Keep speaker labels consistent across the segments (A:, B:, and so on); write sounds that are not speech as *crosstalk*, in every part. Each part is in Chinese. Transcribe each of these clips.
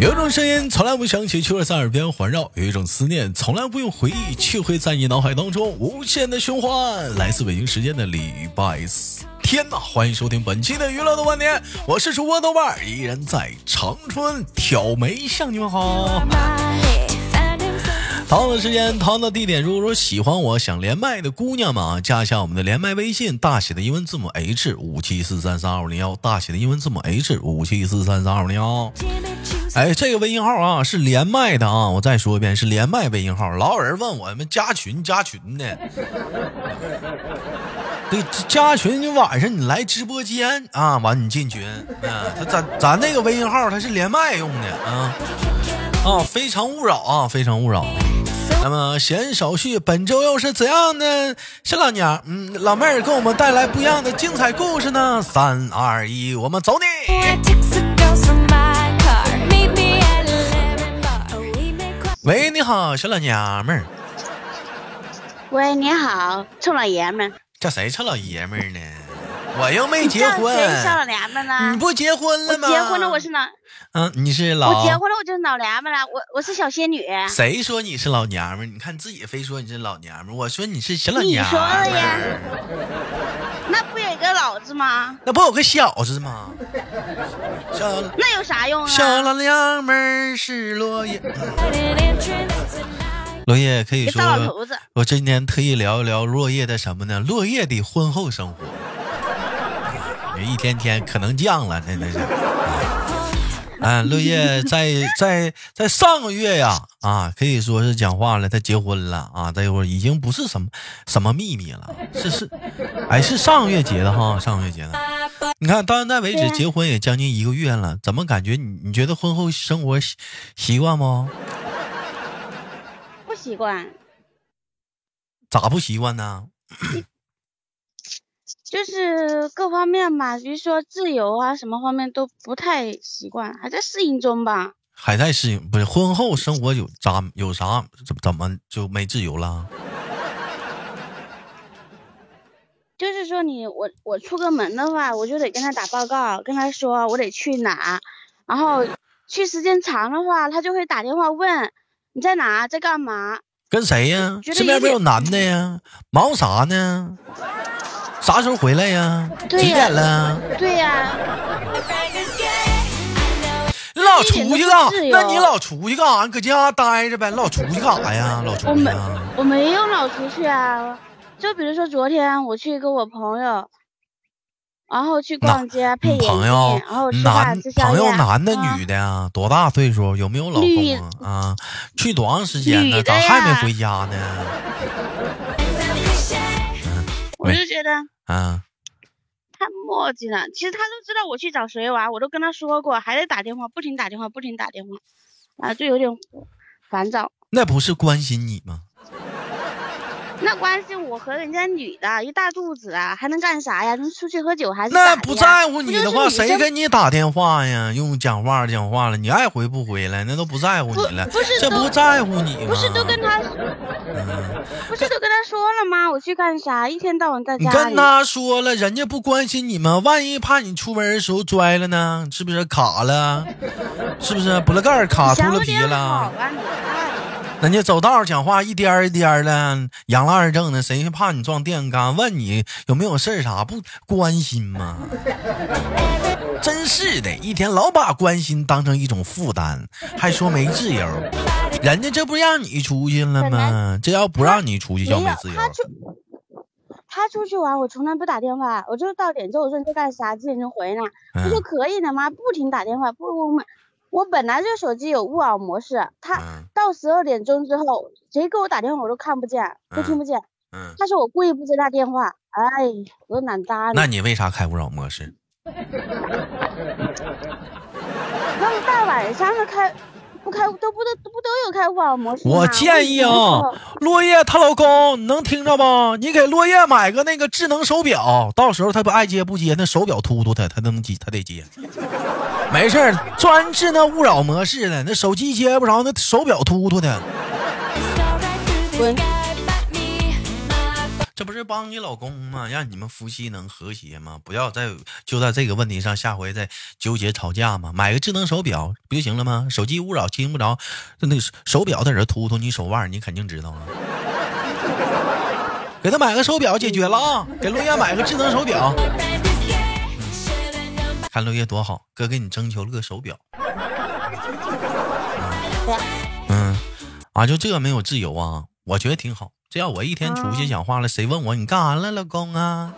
A: 有一种声音从来不响起，却会在耳边环绕；有一种思念从来不用回忆，却会在你脑海当中无限的循环。来自北京时间的礼拜四天呐，欢迎收听本期的娱乐豆瓣天，我是主播豆瓣儿，依然在长春挑眉向你们好。同样的时间，同样的地点。如果说喜欢我想连麦的姑娘们啊，加一下我们的连麦微信，大写的英文字母 H 五七四三三二五零幺，大写的英文字母 H 五七四三三二五零幺。哎，这个微信号啊是连麦的啊，我再说一遍，是连麦微信号。老有人问我们加群加群的， *laughs* 对，加群就晚上你来直播间啊，完你进群啊，他咱咱那个微信号它是连麦用的啊啊，非诚勿扰啊，非诚勿扰。那么闲手续，本周又是怎样的小老娘？嗯，老妹儿给我们带来不一样的精彩故事呢？三二一，我们走你！喂，你好，小老娘们儿，
B: 喂，你好，臭老爷们儿，
A: 叫谁臭老爷们儿呢？我又没结
B: 叫
A: 婚，
B: 谁臭老娘们儿
A: 你
B: 呢？
A: 不结婚了吗？
B: 结婚了，我是老，
A: 嗯，你是
B: 我
A: 老
B: 结婚了，我就是老娘们儿了，我我是小仙女。
A: 谁说你是老娘们儿？你看自己非说你是老娘们儿，我说你是小老
B: 你
A: 娘
B: 说
A: 们
B: 的呀
A: 儿，
B: 那不有一个老字吗？
A: 那不有个小子吗？小
B: 那有啥用
A: 小
B: 啊？
A: 老娘们儿是落叶。落叶可以
B: 别
A: 说
B: 糟老头子，
A: 我今天特意聊一聊落叶的什么呢？落叶的婚后生活，一天天可能降了，真的是。啊，落
B: *laughs*
A: 叶在在在上个月呀、啊，可以说是讲话了，他结婚了啊，这会儿已经不是什么什么秘密了，是是，哎，是上个月结的哈，上个月结的。你看到现在为止，
B: 对啊
A: 结婚也将近一个月了，怎么感觉你你觉得婚后生活习习惯吗？
B: 不习惯，
A: 咋不习惯呢？
B: 就是各方面吧，比如说自由啊，什么方面都不太习惯，还在适应中吧。
A: 还在适应，不是婚后生活有咋有啥怎么怎么就没自由了？
B: 就是说你我我出个门的话，我就得跟他打报告，跟他说我得去哪，然后去时间长的话，他就会打电话问你在哪，在干嘛。
A: 跟谁呀？
B: 觉得
A: 身边
B: 有
A: 没有
B: 点
A: 男的呀？忙啥呢？啥时候回来呀？
B: 对
A: 几
B: 呀
A: 点了？
B: 对呀、
A: 你老出
B: 一点都
A: 去
B: 不
A: 干啥
B: 自？由
A: 那你老出去干啥？你搁家待着呗？老出去干啥呀？老
B: 我
A: 出去
B: 没
A: 啊？
B: 我没有老出去啊，就比如说昨天我去跟我朋友，然后去逛街配
A: 你
B: 眼镜，
A: 朋友
B: 然后吃
A: 男
B: 饭吃宵
A: 朋
B: 夜。
A: 友男的
B: 啊
A: 女的呀？多大岁数？有没有老
B: 女
A: 公啊？啊，去多长时间呢？
B: 女的
A: 咋还没
B: 呀
A: 回家呢？
B: 我就觉得
A: 啊，
B: 太磨叽了。其实他都知道我去找谁玩，我都跟他说过，还得打电话，不停打电话，不停打电话，啊，就有点烦躁。
A: 那不是关心你吗？
B: 那关系我和人家女的一大肚子啊，还能干啥呀？能出去喝酒还是
A: 那
B: 咋的
A: 不
B: 呀
A: 在乎你的话，
B: 不就是
A: 谁
B: 女生
A: 跟你打电话呀？用讲话讲话了，你爱回不回来，那都不在乎你了，
B: 不不是
A: 这
B: 都
A: 不在乎你吗？
B: 不是都跟他不是都跟他说了吗？我去干啥？一天到晚在
A: 你
B: 家里。
A: 跟他说了，人家不关心你吗？万一怕你出门的时候拽了呢？是不是卡了？是不是不了盖儿卡秃
B: 想
A: 了
B: 不
A: 皮
B: 点好
A: 了？
B: 吧你哎
A: 人家走道儿讲话一颠儿一颠儿的，洋了二正的，谁怕你撞电线杆？问你有没有事儿啥不关心
B: *laughs*
A: 吗？真是的，一天老把关心当成一种负担，还说没自由。人家这不让你出去了
B: 本
A: 吗
B: 来？
A: 这要不让你出去叫
B: 没
A: 没
B: 有
A: 自由。
B: 他出他出去玩，我从来不打电话，我就到点之后我说你在干啥，几点钟回来？
A: 嗯
B: 他说可以的吗？不停打电话，不我们我本来这手机有勿扰模式，他
A: 嗯
B: 到十二点钟之后，谁给我打电话我都看不见，都听不见。
A: 嗯，
B: 他说我故意不接他电话，哎，我都懒得搭理。
A: 那你为啥开勿扰模式？
B: 那么大晚上的开不开都不都不都有开勿扰模式吗？
A: 我建议啊
B: 我有时候，
A: 落叶她老公，你能听着吧？你给落叶买个那个智能手表，到时候她不爱接不接，那手表突突她，她能接，她得接。没事儿，专治那勿扰模式的，那手机接不着，那手表突突的。这不是帮你老公吗？让你们夫妻能和谐吗？不要再就在这个问题上，下回再纠结吵架吗？买个智能手表不就行了吗？手机勿扰，听不着，那手表在这突突你手腕，你肯定知道了。 *laughs* 给他买个手表解决了啊！给陆叶买个智能手表，看陆叶多好，哥给你征求了个手表。嗯，啊，就这没有自由啊，我觉得挺好。这要我一天出
B: 啊
A: 去讲话了，谁问我你干啥了，老公啊？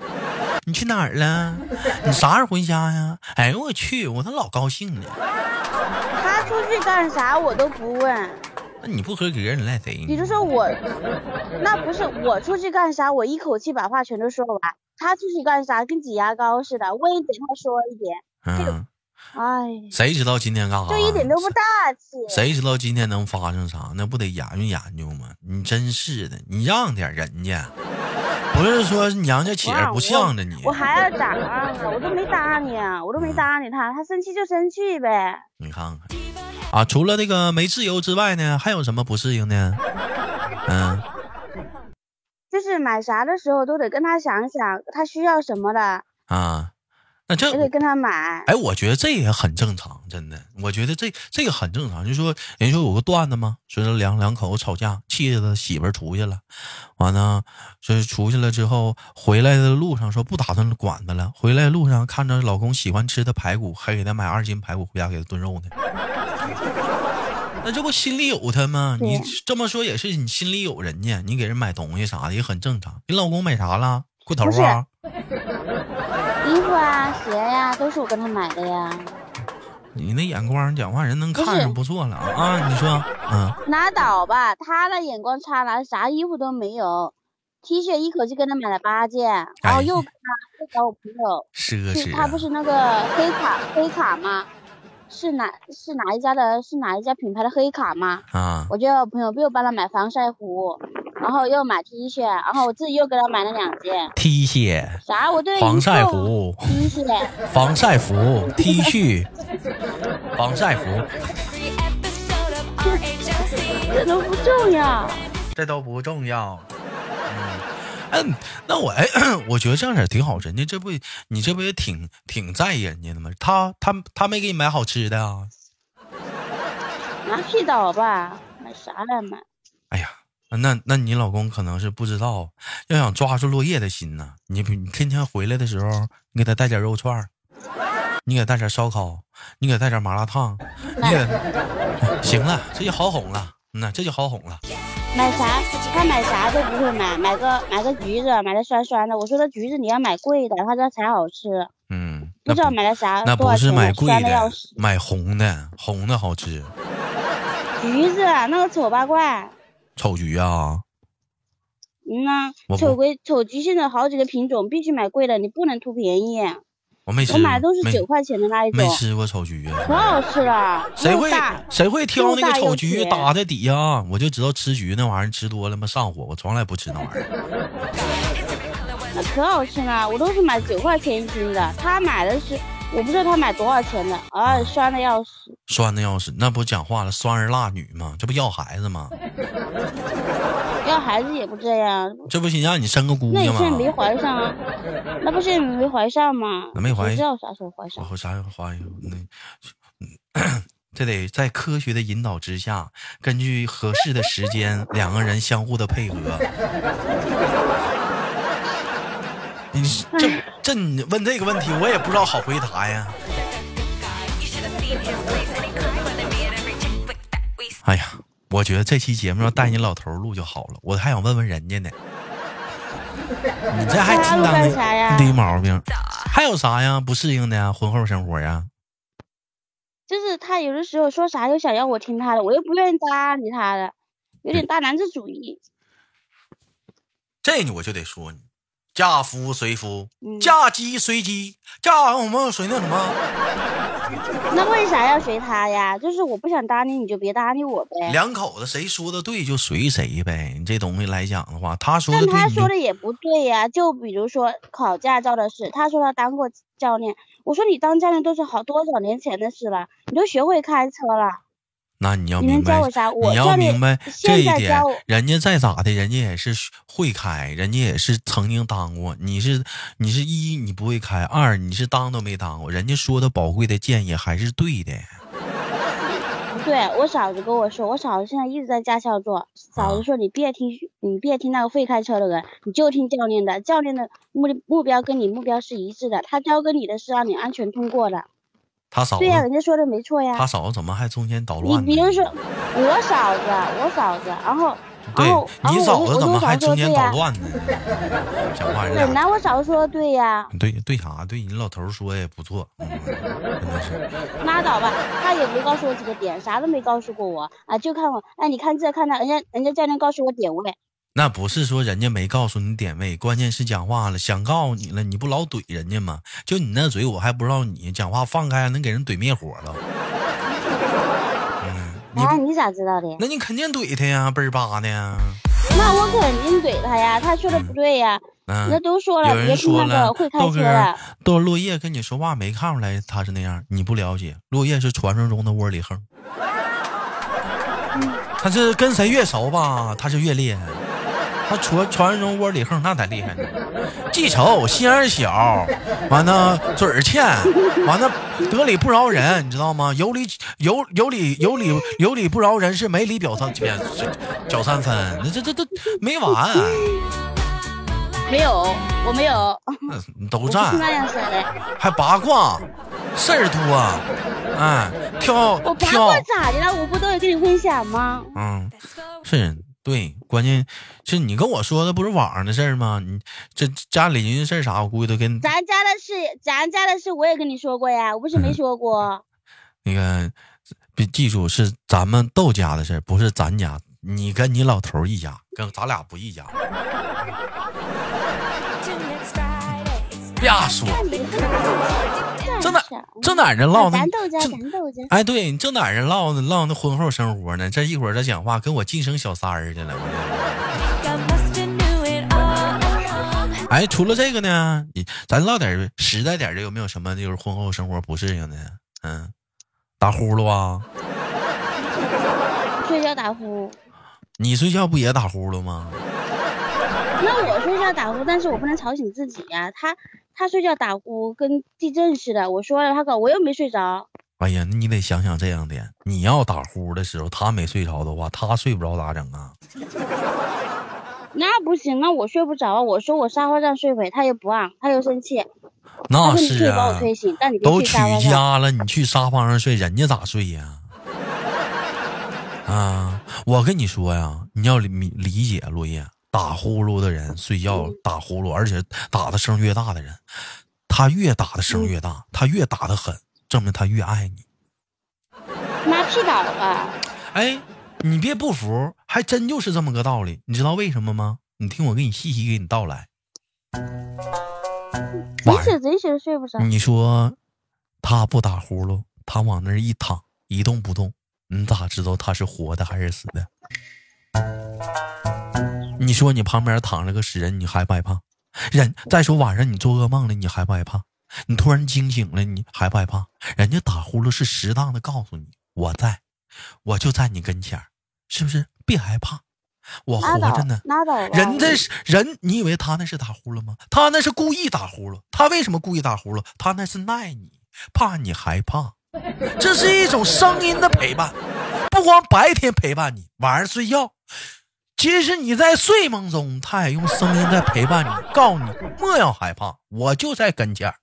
A: 你去哪儿了？你啥时候回家呀？哎呦我去，我都老高兴了。
B: 他出去干啥我都不问。
A: 那你不合格，你赖谁呢？
B: 比如说我，那不是我出去干啥，我一口气把话全都说完。他出去干啥，跟挤牙膏似的，问一点他说一点。
A: 嗯，
B: 哎，
A: 谁知道今天干啥？
B: 就一点都不大气。
A: 啊谁知道今天能发生啥？那不得研究研究吗？你真是的，你让点人家，不是说娘家姐儿不向着你。
B: 我还要咋啊？我都没搭理，我都没搭理他，他生气就生气呗。
A: 你看看啊，除了这个没自由之外呢，还有什么不适应呢？嗯，
B: 就是买啥的时候都得跟他想想，他需要什么的，
A: 啊，那这
B: 也得跟他买。
A: 哎，我觉得这也很正常，真的，我觉得这这个很正常。就说人说有个段子嘛，说这两两口子吵架，气的媳妇儿出去了，完了，说出去了之后回来的路上说不打算管他了，回来的路上看着老公喜欢吃的排骨，还给他买二斤排骨回家给他炖肉呢。 *laughs* 那这不心里有他吗？
B: 对
A: 你这么说也是，你心里有人家，你给人买东西啥的也很正常。你老公买啥了？裤头
B: 不是
A: 啊？
B: 衣服啊、鞋呀、都是我跟他买的呀。
A: 你那眼光，讲话人能
B: 不是
A: 看上不错了啊！啊，你说，嗯。
B: 拉倒吧，他的眼光差了，啥衣服都没有。T 恤一口气给他买了八件，
A: 哎
B: 然后又给他又找我朋友，
A: 奢
B: 是
A: 侈、
B: 他不
A: 啊。
B: 是那个黑卡黑卡吗？是哪是哪一家的？是哪一家品牌的黑卡吗？
A: 啊，
B: 我就要朋友又帮他买防晒服，然后又买 T 恤，然后我自己又给他买了两件。
A: T 恤、
B: 啥？我对
A: 防晒
B: 一共
A: 服、
B: T 恤，
A: 防晒服、T 恤、防晒服，
B: 这都不重要。
A: 这都不重要。嗯，哎那我哎， *clears throat* 我觉得这样式儿挺好，人家这不你这不也挺挺在意人家的吗？他他他没给你买好吃的啊？
B: 拿屁倒吧，买啥来买？
A: 哎呀，那那你老公可能是不知道，要想抓住落叶的心呐，你不你天天回来的时候，你给他带点肉串儿，你给他带点烧烤，你给他带点麻辣烫，你给他，行了，这就好哄了，嗯呐，这就好哄了。
B: 买啥？他买啥都不会买，买个买个橘子，买的酸酸的。我说的橘子你要买贵的，他说才好吃。
A: 嗯，
B: 不
A: 那
B: 知道买的啥，
A: 那
B: 多
A: 不
B: 少
A: 是
B: 钱？
A: 买贵
B: 酸的要
A: 的
B: 死，。
A: 买红的，红的好吃，
B: 橘子啊那个丑八怪，
A: 丑橘啊，
B: 嗯呐
A: 我，不
B: 丑龟丑橘现在好几个品种，必须买贵的，你不能图便宜。
A: 我没吃
B: 我
A: 过，
B: 买的都是
A: 没
B: 九块钱的那一种
A: 没，吃过丑橘啊。
B: 可好吃了，
A: 谁
B: 又
A: 会
B: 大
A: 谁会挑那个丑橘
B: 又大又甜
A: 打在底呀、我就知道吃橘那玩意儿吃多了嘛上火，我从来不吃那玩意儿。
B: 那可好吃了，我都是买九块钱一斤的，他买的是我不知道他买多少钱的，啊，酸的要死。
A: 酸的要死，那不讲话了，酸儿辣女嘛，这不要孩子吗？
B: 要孩子也不这样，
A: 这不心让你生个姑
B: 那你
A: 娘
B: 现在没
A: 吗？
B: 怀上啊？那不是也没怀上吗？
A: 那没怀哦
B: 谁知道啥时候怀上？
A: 我啥时候怀孕？那嗯这得在科学的引导之下，根据合适的时间，两个人相互的配合。你这这你问这个问题，我也不知道好回答呀。哎呀，我觉得这期节目要带你老头儿录就好了，我还想问问人家呢。你这还
B: 他
A: 真
B: 录
A: 当
B: 干啥呀
A: 的低毛病，还有啥呀？不适应的呀，婚后生活呀？
B: 就是他有的时候说啥又想要我听他的，我又不愿意搭理他的，有点大男子主义。
A: 这你我就得说你，嫁夫随夫，
B: 嗯
A: 嫁鸡随鸡，嫁我们随那什么，
B: 那为啥要随他呀？就是我不想搭理你就别搭理我呗。
A: 两口子谁说的对就随谁呗。你这东西来讲的话，他说的
B: 但
A: 对，
B: 他
A: 你就
B: 说的也不对呀、就比如说考驾照的事，他说他当过教练，我说你当教练都是好多少年前的事了，你都学会开车了，
A: 那你要
B: 你
A: 明
B: 能
A: 白
B: 教我啥，我
A: 你
B: 教
A: 要
B: 你
A: 明白这
B: 现
A: 一
B: 在
A: 点
B: 教我，
A: 人家再咋的，人家也是会开，人家也是曾经当过。你是你是一你不会开，二你是当都没当过，人家说的宝贵的建议还是对的。
B: 不对，我嫂子跟我说，我嫂子现在一直在驾校做。嫂
A: 啊
B: 子说你别听，你别听那个会开车的人，你就听教练的。教练的目的目标跟你目标是一致的，他教给你的是让你安全通过的。
A: 他嫂子
B: 对，呀、人家说的没错呀
A: 他。嫂子怎么还中间捣
B: 你
A: 乱呢？
B: 比如说，我嫂子，我嫂子，然后，然后，
A: 对
B: 然
A: 你
B: 后
A: 嫂
B: 哦我
A: 子
B: 就
A: 怎么
B: 我
A: 还
B: 就
A: 中
B: 我嫂子说对
A: 间捣
B: 呀、
A: 乱
B: *laughs*
A: 呢？小花
B: 本
A: 俩
B: 来我嫂子说的对呀、
A: 对对啥？对你老头儿说的也不错，嗯真的是。
B: 拉倒吧，他也没告诉我几个点，啥都没告诉过我啊，就看我，哎，你看这看那，人家人家教练告诉我点位，
A: 那不是说人家没告诉你点位，关键是讲话了，想告诉你了，你不老怼人家吗？就你那嘴，我还不知道你讲话放开能给人怼灭火了。嗯，你
B: 啊，你咋知道的呀？
A: 那你肯定怼他呀，倍儿巴的呀。
B: 那我肯定怼他呀，他说的不对呀，人家
A: 嗯，
B: 都说
A: 有
B: 了别
A: 人
B: 听
A: 说
B: 那
A: 了
B: 个会，开
A: 豆
B: 车
A: 哥
B: 的
A: 儿，豆落叶跟你说话没看出来他是那样，你不了解，落叶是传说中的窝里横。他是跟谁越熟吧，他是越厉害。他传传说中窝里横，那才厉害呢。记仇，心眼儿小，完了嘴儿欠，完了得理不饶人，你知道吗？有理有有理有理有理不饶人是没理表三表搅三分，这这这这没完，
B: 没有，我没有，
A: 那都
B: 我不
A: 占
B: 是。那样式的，
A: *laughs* 还八卦，事儿多，哎，挑
B: 我八
A: 挑
B: 卦，咋的了？我不都得跟你分享吗？
A: 嗯，是对，关键是你跟我说的不是网上的事儿吗？你这家里人的事儿啥，我估计都跟
B: 咱家的事，咱家的事我也跟你说过呀，我不是
A: 嗯
B: 没说过。
A: 那个，别记住是咱们窦家的事儿，不是咱家。你跟你老头儿一家，跟咱俩不一家。
B: 哎
A: 呀说，
B: 那你
A: 这哪
B: 是
A: 这哪人唠呢
B: 嗯咱？豆家，
A: 这
B: 咱豆家，
A: 哎，对你这哪人唠呢？唠那婚后生活呢？这一会儿这讲话跟我晋升小三儿去了。我这哎，除了这个呢，你咱唠点儿实在点儿的，有没有什么就是婚后生活不适应的？嗯，打呼噜啊？
B: 睡觉打呼。
A: 你睡觉不也打呼噜吗？
B: 那我睡觉打呼，但是我不能吵醒自己呀、他他睡觉打呼跟地震似的，我说了他搞，我又没睡着。
A: 哎呀，你得想想这样的，你要打呼的时候他没睡着的话，他睡不着咋整啊？
B: 那不行，那我睡不着啊。我说我沙发上睡呗，他也不让，他又生气。他
A: 那
B: 说你
A: 是
B: 可以把我
A: 啊，
B: 推醒，但你别
A: 都
B: 睡
A: 娶
B: 沙发上。
A: 家了，你去沙发上睡，人家咋睡呀、啊？我跟你说呀，你要理理解落叶，打呼噜的人睡
B: 嗯
A: 觉打呼噜，而且打的声越大的人，他越打的
B: 嗯
A: 声越大，他越打的狠，证明他越爱你。
B: 妈屁倒吧！
A: 哎，你别不服，还真就是这么个道理。你知道为什么吗？你听我给你细细给你道来。
B: 贼
A: 晚
B: 醒贼醒睡不着。
A: 你说他不打呼噜，他往那儿一躺一动不动，你咋知道他是活的还是死的？你说你旁边躺着个死人，你害不害怕？人再说晚上你做噩梦了，你害不害怕？你突然惊醒了，你害不害怕？人家打呼噜是适当的告诉你，我在，我就在你跟前儿是不是？别害怕，我
B: 拉
A: 活
B: 倒
A: 着呢。，
B: 拉倒吧！
A: 人这是人，你以为他那是打呼噜吗？他那是故意打呼噜。他为什么故意打呼噜？他那是耐你，怕你害怕。这是一种声音的陪伴，不光白天陪伴你，晚上睡觉，其实你在睡梦中，他也用声音在陪伴你，告诉你莫要害怕，我就在跟前儿。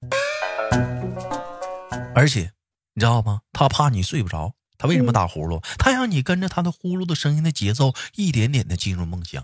A: 而且，你知道吗？他怕你睡不着，他为什么打呼噜？他让你跟着他的呼噜的声音的节奏，一点点的进入梦乡。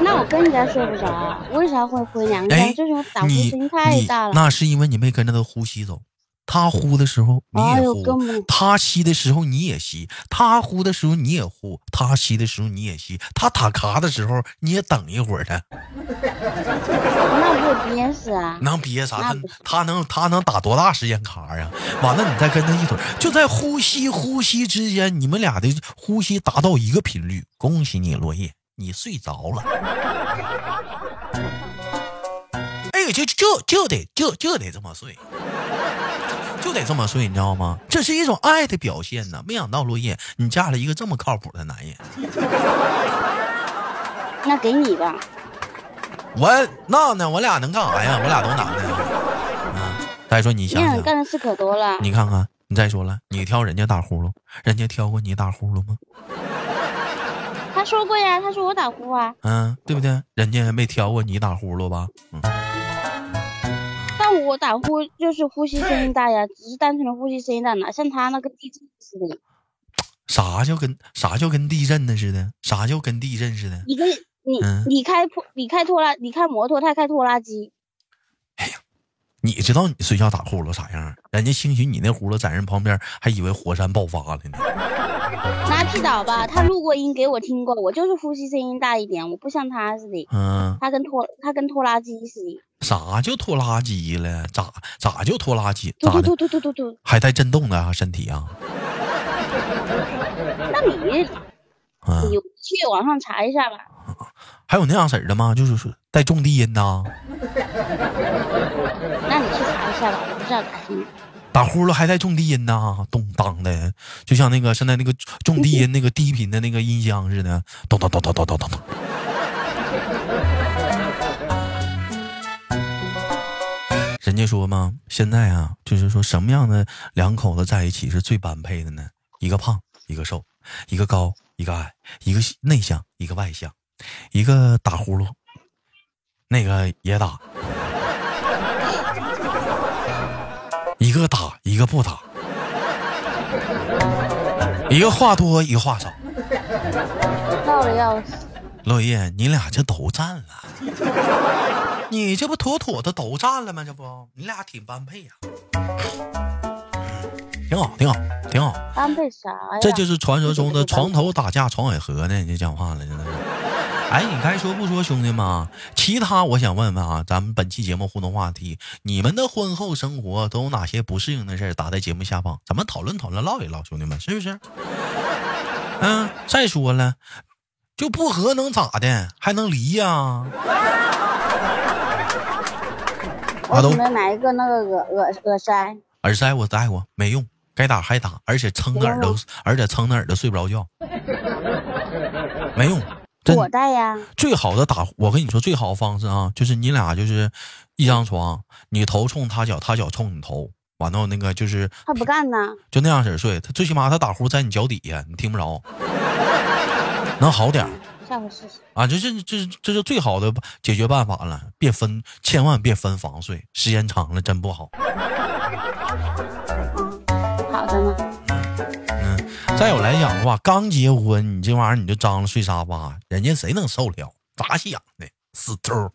B: 那我跟人家睡不着，为啥会回娘家？
A: 哎
B: 就是我打呼
A: 你
B: 声音太
A: 你
B: 大了。
A: 那是因为你没跟着他呼吸走。他呼的时候你
B: 哎
A: 也
B: 呦
A: 呼，
B: 根本
A: 他吸的时候你也吸，他呼的时候你也呼，他吸的时候你也吸，他打卡的时候你也等一会儿他，
B: 那我得憋死啊！
A: 能憋啥？他
B: 那不行
A: 他能他能打多大时间卡呀、完了你再跟他一腿，就在呼吸呼吸之间，你们俩的呼吸达到一个频率，恭喜你落叶，你睡着了。哎，就就就得就就得这么睡，就得这么睡，你知道吗？这是一种爱的表现呢。没想到落叶，你嫁了一个这么靠谱的男人。
B: 那给你吧，
A: 我闹呢，我俩能干啥呀？我俩都男的呀。啊，再说你
B: 你
A: 想
B: 俩
A: 想，
B: 干的事可多了。
A: 你看看，你再说了，你挑人家打呼噜，人家挑过你打呼噜吗？
B: 他说过呀，他说我打呼啊，
A: 嗯，对不对？人家没挑过你打呼噜吧？嗯，
B: 但我打呼就是呼吸声音大呀，只是单纯的呼吸声音大，哪像他那个地震似的，
A: 啥叫跟啥叫跟地震呢似的？啥叫跟地震似的？
B: 你跟你、
A: 嗯
B: 你开破你开拖拉你开摩托，他开拖拉机，
A: 你知道你睡觉打呼噜啥样？人家兴许你那呼噜在人旁边还以为火山爆发了呢。
B: 拿屁倒吧，他录过音给我听过，我就是呼吸声音大一点，我不像他似的，
A: 嗯，
B: 他跟拖他跟拖拉机似的，
A: 啥叫拖拉机了？咋咋就拖拉机？
B: 突
A: 咋的
B: 突突？突突突突，
A: 还带震动的啊？身体啊？
B: 那你
A: 嗯
B: 你，去网上查一下吧。
A: 还有那样式儿的吗？就是说带重低音呐，
B: 那你去查一下吧，我不知道咋听。
A: 打呼噜还带重低音呐，咚当的，就像那个现在那个重低音那个低频的那个音箱似的，咚咚咚咚咚咚咚咚。人家说嘛，现在啊，就是说什么样的两口子在一起是最般配的呢？一个胖，一个瘦，一个高，一个矮，一个内向，一个外向，一个打呼噜，那个也打，一个打，一个不打，一个话多，一个话少。
B: 闹的要死，
A: 落叶，你俩这都占了，你这不妥妥的都占了吗？这不，你俩挺般配呀、挺好，挺好，挺好。
B: 般配啥哎呀？
A: 这就是传说中的床头打架床尾和呢，你这讲话了，真的是。 *laughs* 哎，你该说不说，兄弟们，啊其他我想问问啊，咱们本期节目互动话题，你们的婚后生活都有哪些不适应的事儿？打在节目下方，咱们讨论讨论，唠一唠，兄弟们，是不 *laughs* 是？嗯，再说了，就不和能咋的？还能离呀、
B: 我
A: 都
B: 准备买一个那个耳耳耳塞，
A: 耳塞我戴过，没用，该打还打，而且撑的耳朵，而且撑的耳朵睡不着觉，没用，真
B: 我戴呀。
A: 最好的打，我跟你说最好的方式啊，就是你俩就是一张床，你头冲他脚，他脚冲你头，完了那个就是
B: 他不干呢，
A: 就那样式儿睡，他最起码他打呼在你脚底下，你听不着，能好点儿
B: 下回试试。
A: 啊，这是这这是最好的解决办法了，别分，千万别分房睡，时间长了真不好。
B: *laughs* 好的呢，
A: 嗯，再有来讲的话，刚结婚，你这玩意儿你就张罗睡沙发，人家谁能受得了？咋想的？死猪儿！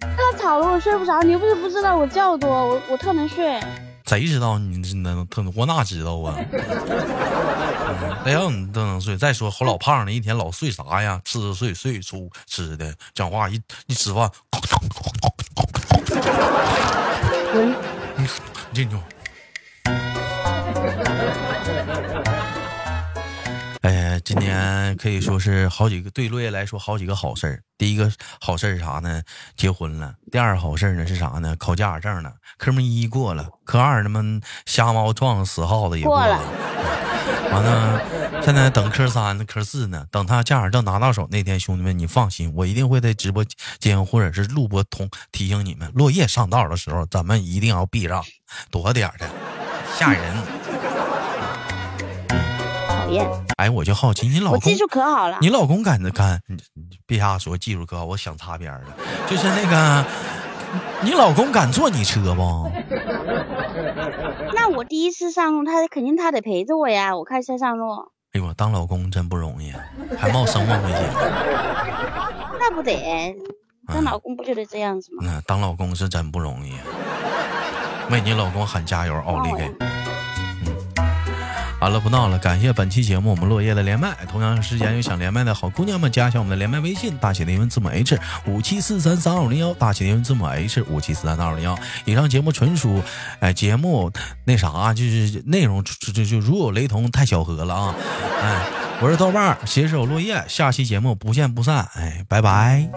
B: 他吵了我睡不着，你又不是不知道我觉多，我我特能睡。
A: 谁知道你这能他我哪知道啊？ *laughs* 哎呀，你都能睡。再说侯老胖呢，一天老睡啥呀？吃着睡，睡出吃的，讲话一一吃饭，
B: 滚！
A: 你这牛。哎呀，今年可以说是好几个对落叶来说好几个好事儿。第一个好事儿是啥呢？结婚了。第二个好事儿呢是啥呢？考驾驶证了，科目一过了，科二他妈瞎猫撞死耗子也过
B: 过
A: 了
B: 了。
A: 完了，现在等科三、科四呢。等他驾驶证拿到手那天，兄弟们，你放心，我一定会在直播间或者是录播通提醒你们，落叶上道的时候，咱们一定要避让，躲点儿的，吓人。
B: 讨厌，
A: 哎，我就好奇，你老
B: 我
A: 公
B: 技术可好了。
A: 你老公敢敢，你你别瞎说，技术哥，我想擦边儿了。就是那个，你老公敢坐你车不？
B: 那我第一次上路，他肯定他得陪着我呀，我开车上路，
A: 哎呦，当老公真不容易，啊，还冒生命危险。
B: 那不得？
A: 哎
B: 当老公不就得这样子吗？
A: 那当老公是真不容易啊，为你老公喊加油，奥利给！嗯好了，不闹了，感谢本期节目我们落叶的连麦。同样时间有想连麦的好姑娘们，加一下我们的连麦微信，大写的英文字母 H 五七四三三二零幺，大写的英文字母 H 五七四三三二零幺。以上节目纯属，哎，节目那啥，啊就是内容就就就如有雷同，太小核了啊！哎，我是豆瓣儿，携手落叶，下期节目不见不散。哎，拜拜。